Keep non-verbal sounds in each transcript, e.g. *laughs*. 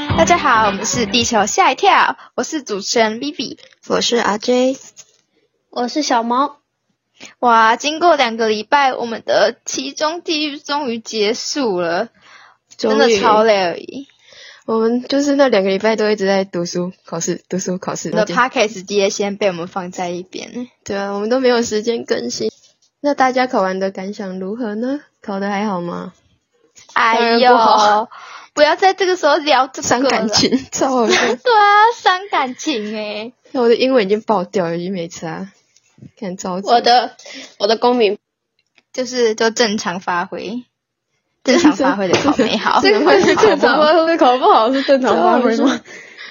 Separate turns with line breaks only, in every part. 我们是地球吓一跳，我是主持人 Vivi，
我是 RJ，
我是小毛。
哇，经过两个礼拜，我们的其中地狱终于结束了，真的
终于
超累而已。
我们就是那两个礼拜都一直在读书、考试、读书、考试。
我们的 podcast 直接先被我们放在一边。
对啊，我们都没有时间更新。那大家考完的感想如何呢？考的还好吗？
哎
当然不好
呦，不要在这个时候聊这个
伤感
了。
情，超好看。
对啊，伤感情哎、
那我的英文已经爆掉了，已经没差。看超级
我的我的公民
就是就正常发挥，正常发挥的好美好，
这个会是 *laughs*
*laughs*
正常吗？
会考不啊好是正常发挥吗？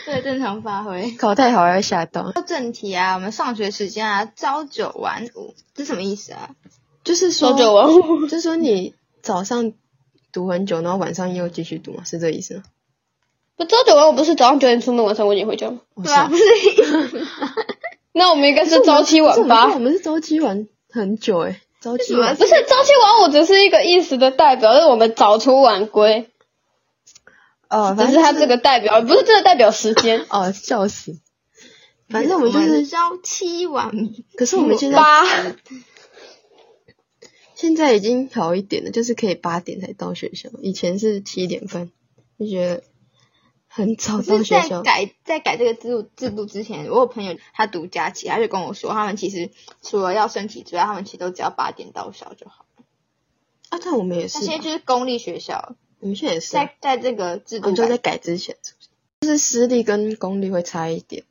对正常发挥。
考太好还会吓到。
说正题啊，我们上学时间啊，朝九晚五，这什么意思啊？
就是
朝
说，
九晚五，
就是说你早上读很久，然后晚上又继续读嘛，是这意思吗？
*laughs* 不朝九晚五不是早上九点出门，晚上五点回家吗？
我
对啊，*laughs*
是
不是意思
那我们应该是朝七
不是
晚
我
八
们，我们是周期玩很久诶、周期
为什
晚
么
不是朝七晚五只是一个意思的代表，就是我们早出晚归，
哦，
只
反
是
正
它
就。
这个代表，不是真的代表时间
哦，笑死！反正我们就
我
是
们，朝七晚
可是我们现在
八，
现在已经好一点了，就是可以八点才到学校，以前是七点半，就觉得很早
就
到
是
学
在
校。
改在改这个制度制度之前，我有朋友他读假期，他就跟我说，他们其实除了要申请之外，他们其实都只要八点到校就好。
啊，但我们也是
那现在
吧，
就是公立学校，
我们现在也是啊，
在在这个制
我
度
们就
改
在改之前，就是私立跟公立会差一点，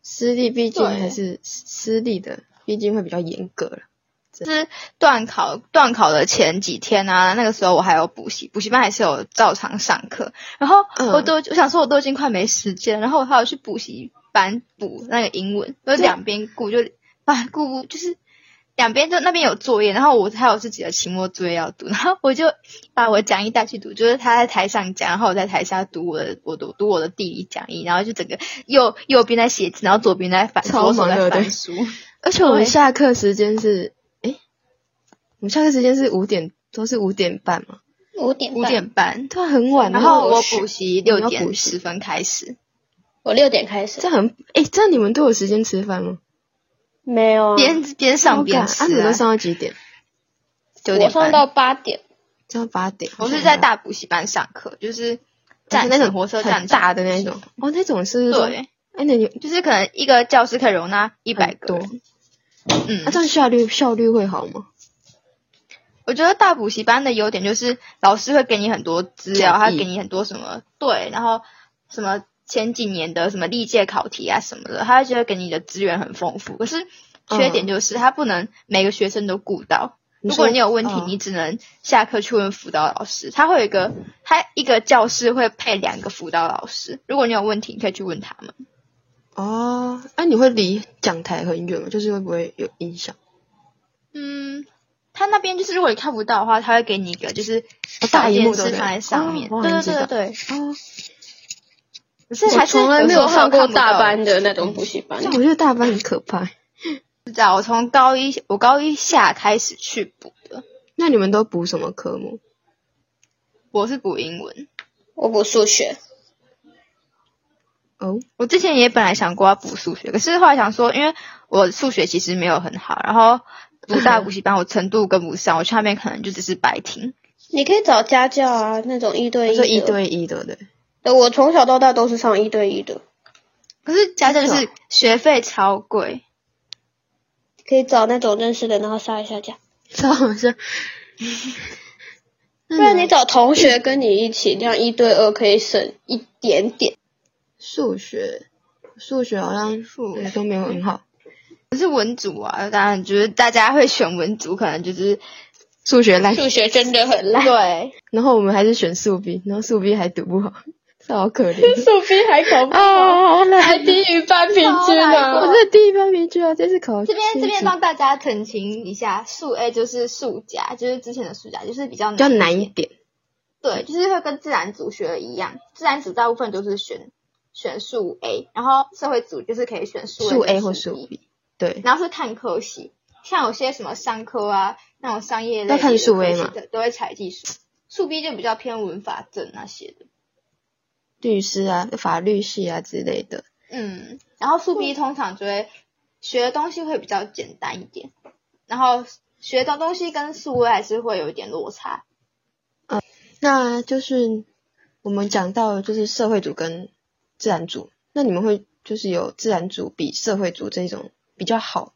私立毕竟
对
还是私立的，毕竟会比较严格了。
就是断考断考的前几天啊，那个时候我还有补习，补习班还是有照常上课。然后
嗯
我都、我想说，我都已经快没时间，然后我还有去补习班补那个英文，就两边顾就啊顾不就是两边就那边有作业，然后我还有自己的期末作业要读， *laughs* 然后我就把我讲义带去读，就是他在台上讲，然后我在台下读我的我读读我的地理讲义，然后就整个右右边在写字，然后左边在翻，
超
左手
忙
在
的
翻
对
书。
而且我们
对
下课时间是，诶、我们下课时间是五点，都是五点半嘛，
五点
五点半，
对啊，很晚。
然后我
学
补习
你要
六点
补习
十分开始，
我六点开始
这，样很，诶、这样你们都有时间吃饭吗？
没有啊，
边边上边吃、
哦啊，你们都上到几点？
九
我
点
上
半。
到八点，
上到八点。
我是在大补习班上课，就是站
站那种
火车
很
站
大的那种。，哦，那种是说，
对，
哎，那你
就是可能一个教室可以容纳一百
很
个
多，
人。嗯
那、，这样效率效率会好吗？
我觉得大补习班的优点就是老师会给你很多资料，
建议
他给你很多什么对，然后什么前几年的什么历届考题啊什么的，他就会给你的资源很丰富。可
嗯
是缺点就是他不能每个学生都顾到。如果
说
你有问题，
哦
你只能下课去问辅导老师，他会有一个他一个教室会配两个辅导老师。如果你有问题，你可以去问他们。
哦，哎、你会离讲台很远吗？就是会不会有影响？
嗯，他那边就是如果你看不到的话，他会给你一个就是
哦大荧幕
小电视放在
对不对
上面。
哦我好
对对
像知
对
道
对。
哦，
可是
我
还是
从来没有上过
班。
大班的那种补习班
但。我觉得大班很可怕。
不知道，我从高一，我高一下开始去补的。
那你们都补什么科目？
我是补英文，
我补数学，
哦，
我之前也本来想过要补数学，可是后来想说，因为我数学其实没有很好，然后读 *laughs* 大补习班我程度跟不上，我去那边可能就只是白听。
你可以找家教啊，那种一对一
就
的。
一对一的，对。 *laughs*
对，我从小到大都是上一对一的，
可是家教就
真
是学费超贵，
可以找那种认识的，然后杀一下价。
超好笑。不
不然你找同学跟你一起，这样一对二可以省一点点。
数学，数学好像
数
嗯都没有很好，
可是文组啊，当然就是大家会选文组，可能就是
数学烂。
数学真的很
哎
烂，
对，
然后我们还是选数 B，然后数 B 还读不 *laughs* 好，这好可怜。
*laughs* *laughs* 数 B 还考不好，
啊，好
还
难！
低于班平
*laughs*
均啊
超
我
难
呢
过。
是第一班名句啊，这次考
这边
七
这边
十
帮大家澄清一下，数 A 就是数甲，就是之前的数甲，就是比较
比较
一
难
点
一点。
对，就是会跟自然组学的一样，自然组大部分都是选选数 A，然后社会组就是可以选数
数 A 或
跟
数
数 B，
B，对，
然后是看科系，像有些什么商科啊，那种商业类
都看
别的
数 A
科系
嘛
的，都会采技术，数 B 就比较偏文法证那些的。
律师啊、法律系啊之类的。
嗯，然后数 B 通常就会学的东西会比较简单一点，然后学的东西跟数位还是会有一点落差。
那就是我们讲到的就是社会组跟自然组，那你们会就是有自然组比社会组这种比较好，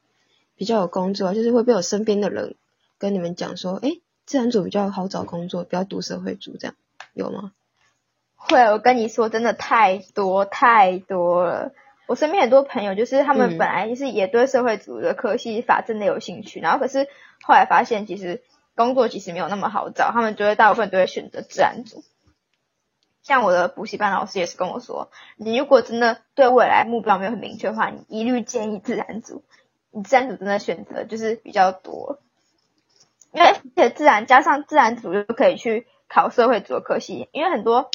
比较有工作啊，就是会不会有身边的人跟你们讲说，哎，自然组比较好找工作，不要读社会组这样，有吗？
会，我跟你说，真的太多太多了。我身边很多朋友，就是他们
嗯
本来就是也对社会组的科系法真的有兴趣，然后可是后来发现，其实工作其实没有那么好找，他们就会大部分都会选择自然组。像我的补习班老师也是跟我说，你如果真的对未来目标没有很明确的话，你一律建议自然组。你自然组真的选择就是比较多，因为而且自然加上自然组就可以去考社会组的科系，因为很多，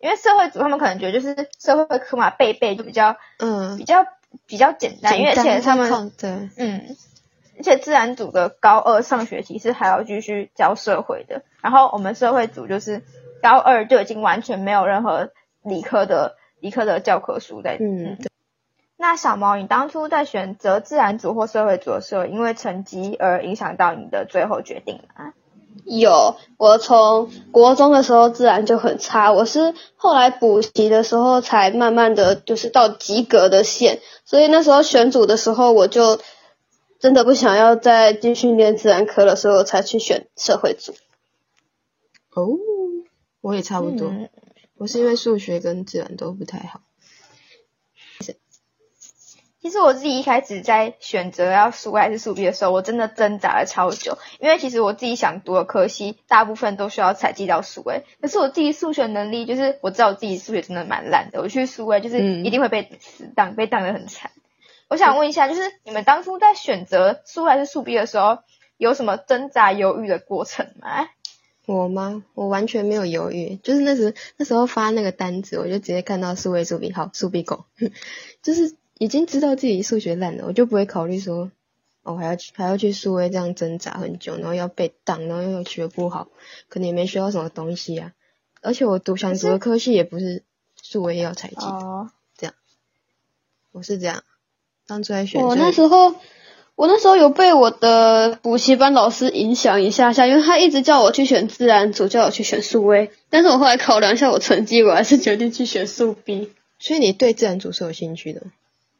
因为社会组他们可能觉得就是社会科嘛背背就比较比
嗯，
较比较简单，因为而
简
且
单
他们
靠对，
嗯，而且自然组的高二上学期是还要继续教社会的，然后我们社会组就是高二就已经完全没有任何理科的理科的教科书在。
嗯，对
那小毛，你当初在选择自然组或社会组的时候，因为成绩而影响到你的最后决定吗？
有，我从国中的时候自然就很差，我是后来补习的时候才慢慢的就是到及格的线，所以那时候选组的时候我就真的不想要再继续念自然科了，所以我才去选社会组。
哦，我也差不多，
嗯
我是因为数学跟自然都不太好。
其实我自己一开始在选择要数 A 还是数 B 的时候，我真的挣扎了超久，因为其实我自己想读的科系大部分都需要采集到数 A，可是我自己数学能力就是我知道我自己数学真的蛮烂的，我去数 A 就是
嗯
一定会被死当，被当的很惨。我想问一下，就是你们当初在选择数 A 还是数 B 的时候，有什么挣扎犹豫的过程吗？
我吗？我完全没有犹豫，就是那时那时候发那个单子，我就直接看到数位数比好，数比狗， *laughs* 就是已经知道自己数学烂了，我就不会考虑说，哦，还要去还要去数位这样挣扎很久，然后要被挡，然后又学不好，可能也没学到什么东西啊。而且我读想读的科系也不是数位要采集，
哦，
我是这样，当初在选
我
所以
那时候，我那时候有被我的补习班老师影响一下下，因为他一直叫我去选自然组，叫我去选数微，但是我后来考量一下我成绩，我还是决定去选数 B。
所以你对自然组是有兴趣的吗，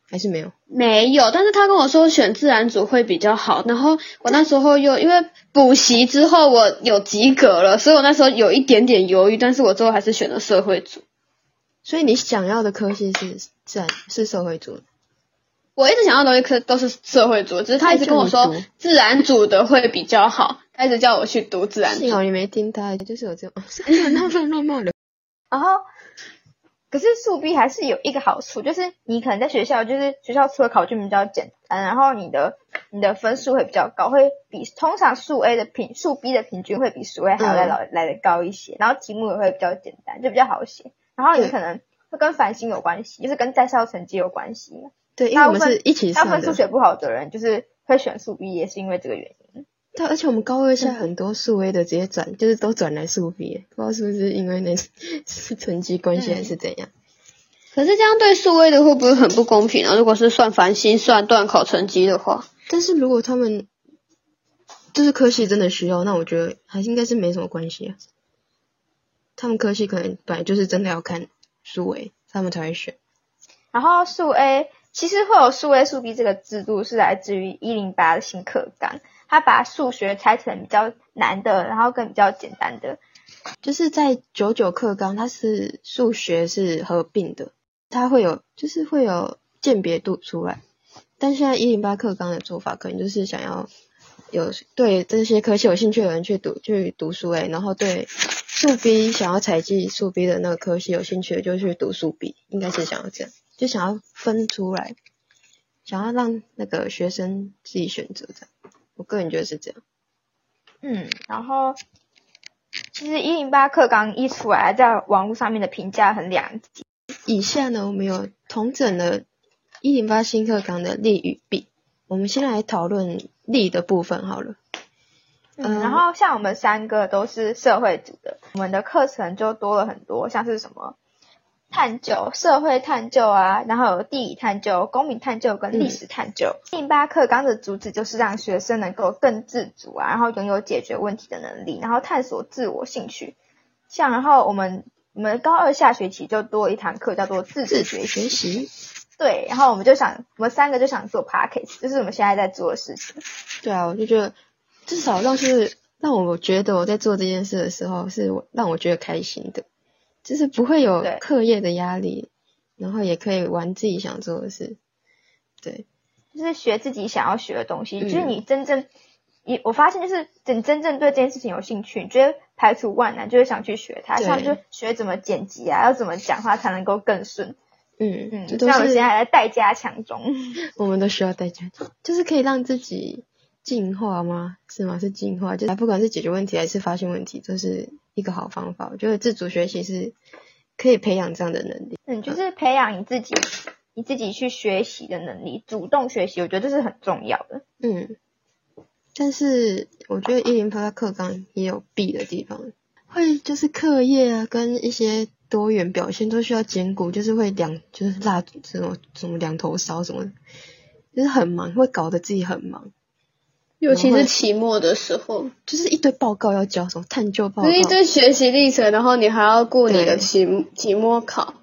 还是没有？
没有，但是他跟我说选自然组会比较好，然后我那时候又因为补习之后我有及格了，所以我那时候有一点点犹豫，但是我最后还是选了社会组。
所以你想要的科系是自然是社会组吗
我一直想要的东西可都是社会组，只是他一直跟我
那
说
就你读
自然组的会比较好，他一直叫我去读自然
幸
组。
好你没听他，就是有这种 *laughs* 乱乱乱骂人。
然后，可是速 B 还是有一个好处，就是你可能在学校，就是学校出的考卷比较简单，然后你的你的分数会比较高，会比通常数 A 的平数 B 的平均会比数 A 还要来老、来的高一些，然后题目也会比较简单，就比较好写。然后你
对
可能会跟繁星有关系，就是跟在校成绩有关系嘛。
*laughs* 对，因为我们
大部分
是一起
大部
上
分数
的，
学不好的人，就是会选数 B，也是因为这个原因。
对，嗯而且我们高二下很多数 A 的直接转，就是都转来数 B，耶不知道是不是因为那 *laughs* 是成绩关系还是怎样。
可是这样对数位的会不会很不公平啊？如果是算繁星、算段考成绩的话，
但是如果他们就是科系真的需要，那我觉得还是应该是没什么关系啊。他们科系可能本来就是真的要看数 A，他们才会选。
然后数 A 其实会有数 A 数 B 这个制度是来自于一零八的新课纲，它把数学拆成比较难的，然后跟比较简单的。
就是在九九课纲，它是数学是合并的，它会有就是会有鉴别度出来。但现在一零八课纲的做法，可能就是想要有对这些科系有兴趣的人去读去读书诶、然后对数 B 想要采集数 B 的那个科系有兴趣的就去读数 B，应该是想要这样，就想要分出来，想要让那个学生自己选择这样。我个人觉得是这样。
嗯，然后其实一零八课纲一出来，在网络上面的评价很两极。
以下呢，我们有同整了一零八新课纲的利与弊。我们先来讨论利的部分好了。
嗯，
嗯
然后像我们三个都是社会组的，我们的课程就多了很多，像是什么探究、社会探究啊，然后有地理探究、公民探究
嗯
跟历史探究。印巴克纲的主旨就是让学生能够更自主啊，然后拥有解决问题的能力，然后探索自我兴趣。像然后我们我们高二下学期就多了一堂课叫做自主
自
学
主
习，
学习，
对，然后我们就想我们三个就想做 podcast，就是我们现在在做的事情。
对啊，我就觉得至少让是让我觉得我在做这件事的时候是我让我觉得开心的，就是不会有
对
课业的压力，然后也可以玩自己想做的事。对，
就是学自己想要学的东西，
嗯
就是你真正，你我发现就是你真正对这件事情有兴趣，你就会排除万难，就会想去学它，
对
像就学怎么剪辑啊，要怎么讲话才能够更顺，
嗯，
嗯，
这
像
都
我们现在
是嗯
还在待加强中，
我们都需要代价，就是可以让自己进化吗？是吗？是进化，就是不管是解决问题还是发现问题，都是一个好方法。我觉得自主学习是可以培养这样的能力。
*laughs* 嗯，就是培养你自己你自己去学习的能力，主动学习，我觉得这是很重要的。
嗯，但是我觉得一零八八课纲也有弊的地方，会就是课业啊跟一些多元表现都需要兼顾，就是会两就是蜡烛这种什么两头烧什么的，就是很忙，会搞得自己很忙，
尤其
然后
是期末的时候，
就是一堆报告要交，什么探究报告
就是，一堆学习历程，然后你还要顾你的
哦对
期期末考。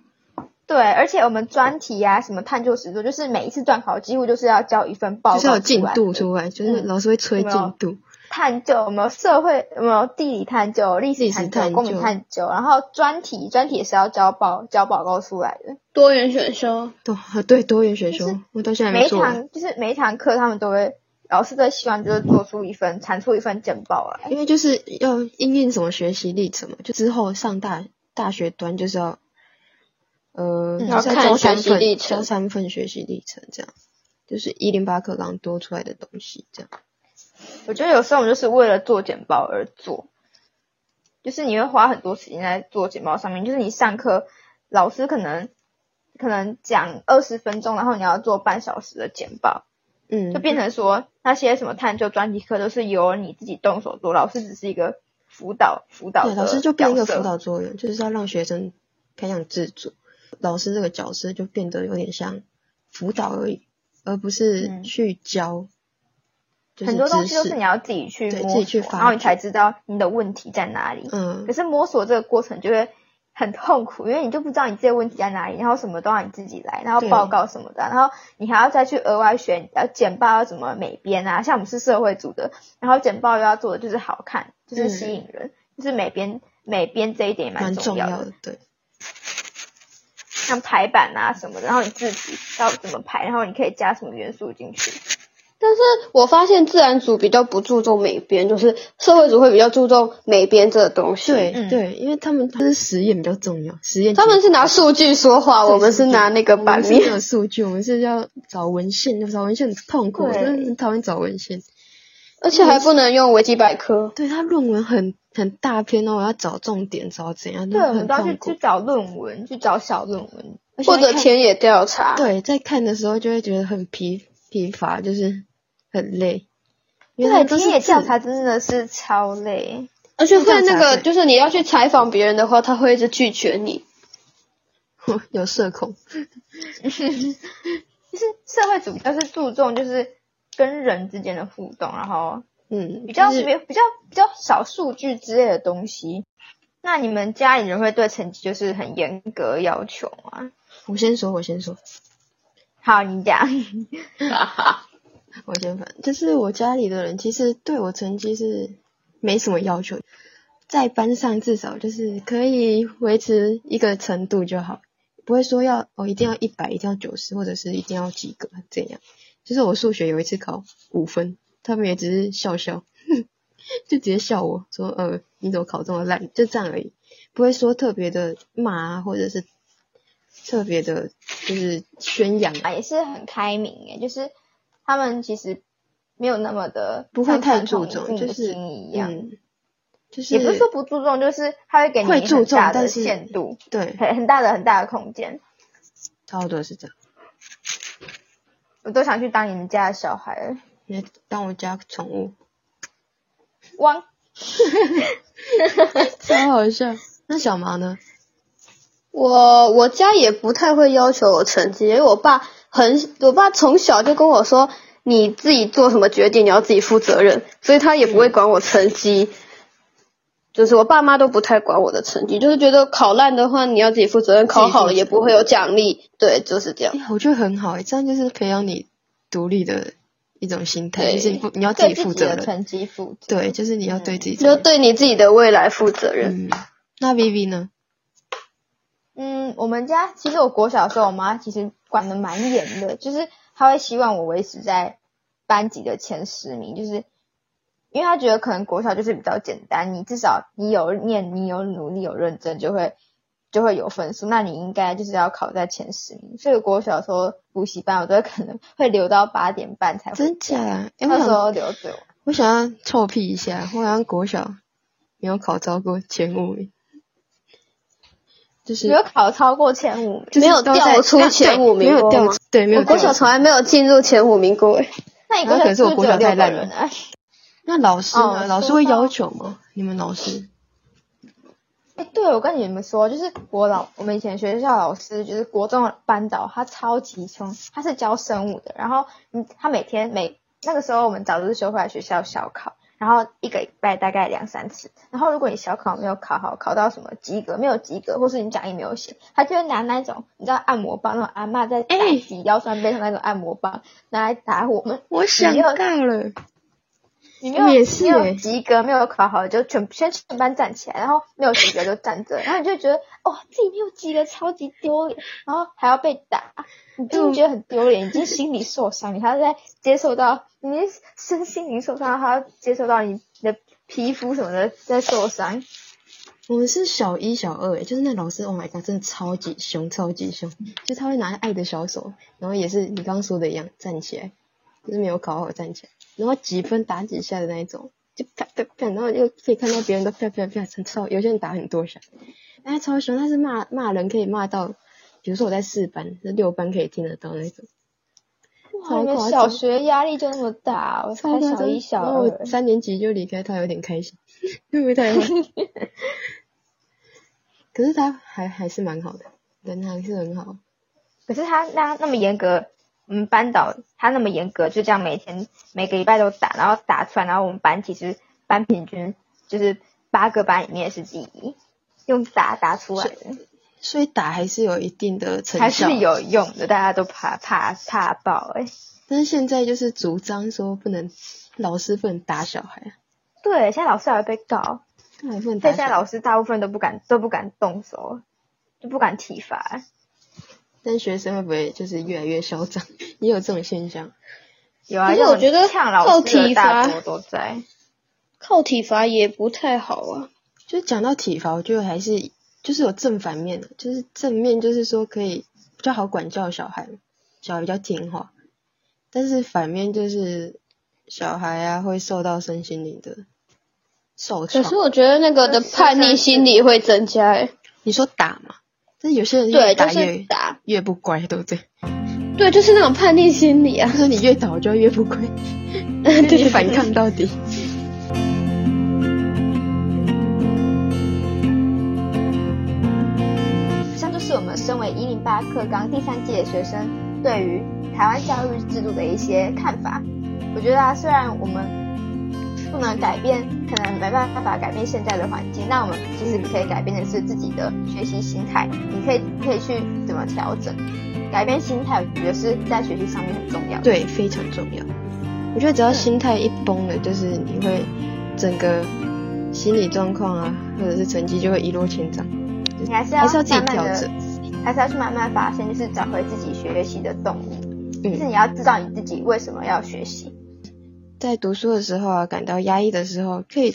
对，而且我们专题啊，什么探究实作，就是每一次段考几乎就是要交一份报告
就
出
是
来，
要有进度出来，就是
嗯
老师会催
有
进
没有
度。
探究，有没有社会，有没有地理探究、历史
历史
探
探
究、
究
公民探究，然后专题，专题也是要交报交报告出来的。
多元选修，
都对多元选
就是
修，我到现在还
每
没
一
做完，
堂就是每一堂课，他们都会老师都希望就是做出一份产出一份简报来。
因为就是要应应什么学习历程嘛，就之后上大大学端就是要，呃，
嗯
就是
要看
交三
学习
份
历程
交三份学习历程这样，就是一零八课纲多出来的东西这样。
我觉得有时候我们就是为了做简报而做，就是你会花很多时间在做简报上面。就是你上课，老师可能可能讲二十分钟，然后你要做半小时的简报，
嗯
就，变成说那些什么探究专题课都是由你自己动手做，老师只是一个辅导辅导
对，
的
老师就变一个
角色
辅，导作用，就是要让学生培养自主，老师这个角色就变得有点像辅导而已，而不是
嗯
去教。就是
很多东西
知
都
识
是你要自己去
对
摸
自己去
索
发
然后你
掘
才知道你的问题在哪里。
嗯
可，是摸索这个过程就会很痛苦，因为你就不知道你自己的问题在哪里，然后什么都要你自己来，然后
对
报告什么的，然后你还要再去额外选要简报要怎么美编啊，像我们是社会组的，然后简报又要做的就是好看，就是吸引人，就是美编美编这一点也蛮
嗯蛮
重
重
要
要
的，
的，对，
像排版啊什么的，然后你自己要怎么排，然后你可以加什么元素进去。
但是我发现自然组比较不注重美编，就是社会组会比较注重美编这个东西。
对、
嗯
对，因为他们他是实验比较重要，实验
他
结
们是拿数据说话，
对
我们是拿那个
我们
版
是没
面。
有数据，我们是要找文献，找文献很痛苦，我
对
真的很讨厌找文献。
而且还不能用维基百科。
对他论文很很大篇哦，我要找重点，找怎样，
对，
真的
我们
很
都要去去
痛苦。
找论文，去找小论文。
而且
或者
在看
田野调查，
对，在看的时候就会觉得很疲疲乏，就是很累。因为
对，
它都
田
是
野
自
调查真的是超累。
而且会那
调查
个，
对
就是你要去采访别人的话，他会一直拒绝你。
有社恐， *laughs*
就是社会主义，较是注重就是跟人之间的互动，然后
嗯，
比较
就是
比比较比较少数据之类的东西。那你们家里人会对成绩就是很严格要求吗？
我先说，我先说，
好，你讲。
我先反，就是我家里的人其实对我成绩是没什么要求，在班上至少就是可以维持一个程度就好，不会说要哦一定要一百，一定要九十，或者是一定要及格这样。就是我数学有一次考五分，他们也只是笑笑， *laughs* 就直接笑我说呃你怎么考这么烂，就这样而已，不会说特别的骂啊，或者是特别的就是宣扬啊
啊，也是很开明诶，就是他们其实没有那么的
不会
像
太
传
注
统
重，
你自己
就
的
是
心意一样。
嗯，就是
也不是说不注重，就是他会给你
会注
很
重
大的
但是
限度，
对，
很很大的很大的空间。
差不多是这样。
我都想去当你们家的小孩了，
你当我家
*laughs*
宠物，
汪
超好笑。那小毛呢？
我我家也不太会要求我成绩，因为我爸很，我爸从小就跟我说，你自己做什么决定，你要自己负责任，所以他也不会管我成绩。就是我爸妈都不太管我的成绩，就是觉得考烂的话你要自己负责任，考好了也不会有奖励。对，就是这样。
哎我觉得很好、欸，这样就是培养你独立的一种心态，
对
就是你不你要自
对
己
自
负
己
责
的嗯
任，
成绩负责。
对，就是你要对自己
就
责任。
对你自己的未来负责任。
嗯，那 Vivi 呢？
嗯，我们家其实我国小的时候，我妈其实管的蛮严的，就是她会希望我维持在班级的前十名，就是因为她觉得可能国小就是比较简单，你至少你有念，你有努力，有认真，就会就会有分数。那你应该就是要考在前十名。所以国小的时候补习班，我都会可能会留到八点半才会，
真假？哎、我
那时
想
候留最晚。
我想要臭屁一下，我好像国小没有考超过前五名，就是
没有考超过前五名，
就是
没有
都
掉
在
出
那
前
对
五名
没有
过
掉
吗
出，对，没有
我国
掉
小
出
从来没有进入前五名过，诶
那你
然后
国
可
小
是我
是不
国
是只
小
有
太
六
烂
个人
了
啊？
那老师呢？
哦
老师
书
会
包
要求吗？你们老师？
哎、对，我跟你们说，就是我老我们以前学校老师，就是国中的班导，他超级凶，他是教生物的，然后嗯，他每天每那个时候我们早自修会来学校小考，然后一个礼拜大概两三次，然后如果你小考没有考好，考到什么及格没有及格，或是你讲义没有写，他就会拿那种你知道按摩棒那种阿嬷在打
哎
挤腰酸背痛那种按摩棒拿来打我们，
我想
没有
到了，
你没
我
有
们也是
没
欸
有及格，没有考好就全先全班站起来，然后没有及格就站着，然后你就觉得哇自己没有及格超级丢脸，然后还要被打，你
嗯
真的觉得很丢脸，已经心理受伤，你还要在接受到你已经身心灵受伤，还要接受到你的皮肤什么的在受伤，
我们是小一、小二，哎，就是那老师，Oh my god，真的超级凶，超级凶，就他会拿爱的小手，然后也是你刚刚说的一样，站起来，就是没有考好站起来，然后几分打几下的那一种，就啪啪啪，然后又可以看到别人都啪啪啪，超有些人打很多下，哎，他超凶，他是骂骂人可以骂到，比如说我在四班，那六班可以听得到那种，
哇，
超
你
夸
们小
张。
学压力就那么大，我
超
才
夸
小
张
一小
然后
二
我，哦三年级就离开他，有点开心，会不会太坏？可是他还还是蛮好的，人还是很好。
可是他那那么严格，我们班导他那么严格，就这样每天每个礼拜都打，然后打出来，然后我们班其实班平均就是八个班里面是第一，用打打出来的，
所以打还是有一定的成效，
还是。有用的，大家都怕怕怕爆哎、
但是现在就是主张说不能，老师不能打小孩，
对，现在老师还会被告，
干嘛不
所
能打
以现
小
在
孩？
老师大部分都不敢都不敢动手，就不敢体罚。
但学生会不会就是越来越嚣张？ *laughs* 也有这种现象。
有啊，
可是我
这种
觉得
呛老
靠
师的
体
大
罚
多都在。
靠体罚也不太好啊。
就讲到体罚，我觉得还是就是有正反面的，就是正面就是说可以比较好管教小孩，小孩比较听话，但是反面就是小孩啊会受到身心灵的受
可
创。
是我觉得那个的叛逆心理会增加、诶
你说打嘛，但是有些人越
对，就
打越、
是打，
越不乖，对不对？ *laughs*
对，就是那种叛逆心理啊
他。说你越打我就越不
*laughs*
乖，
对
你反抗到底。
以上就是我们身为一零八课纲第三届的学生对于台湾教育制度的一些看法。我觉得啊，虽然我们不能改变，可能没办法改变现在的环境，那我们其实可以改变的是自己的学习心态。你可以可以去怎么调整，改变心态，我觉得是在学习上面很重要。
对，非常重要。我觉得只要心态一崩了，就是你会整个心理状况啊，或者是成绩就会一落千丈。
你还是要
还是要自己
慢慢
调
地
整。
还是要去慢慢发现，就是找回自己学习的动力。就是
嗯，
你要知道你自己为什么要学习。
在读书的时候啊，感到压抑的时候，可以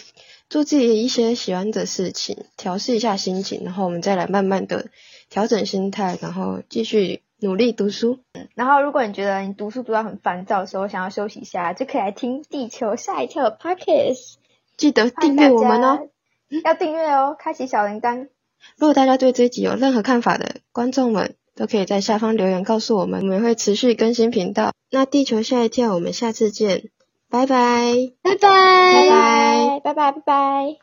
做自己一些喜欢的事情，调试一下心情，然后我们再来慢慢的调整心态，然后继续努力读书。
然后，如果你觉得你读书读到很烦躁的时候，想要休息一下，就可以来听《地球吓一跳》的 Podcast，
记得
欢
订
迎大
阅
家
我们哦。，
要订阅哦，开启小铃铛。
如果大家对这一集有任何看法的观众们，都可以在下方留言告诉我们，我们会持续更新频道。那地球吓一跳，我们下次见，拜拜。
拜拜
拜
拜
拜
拜拜拜。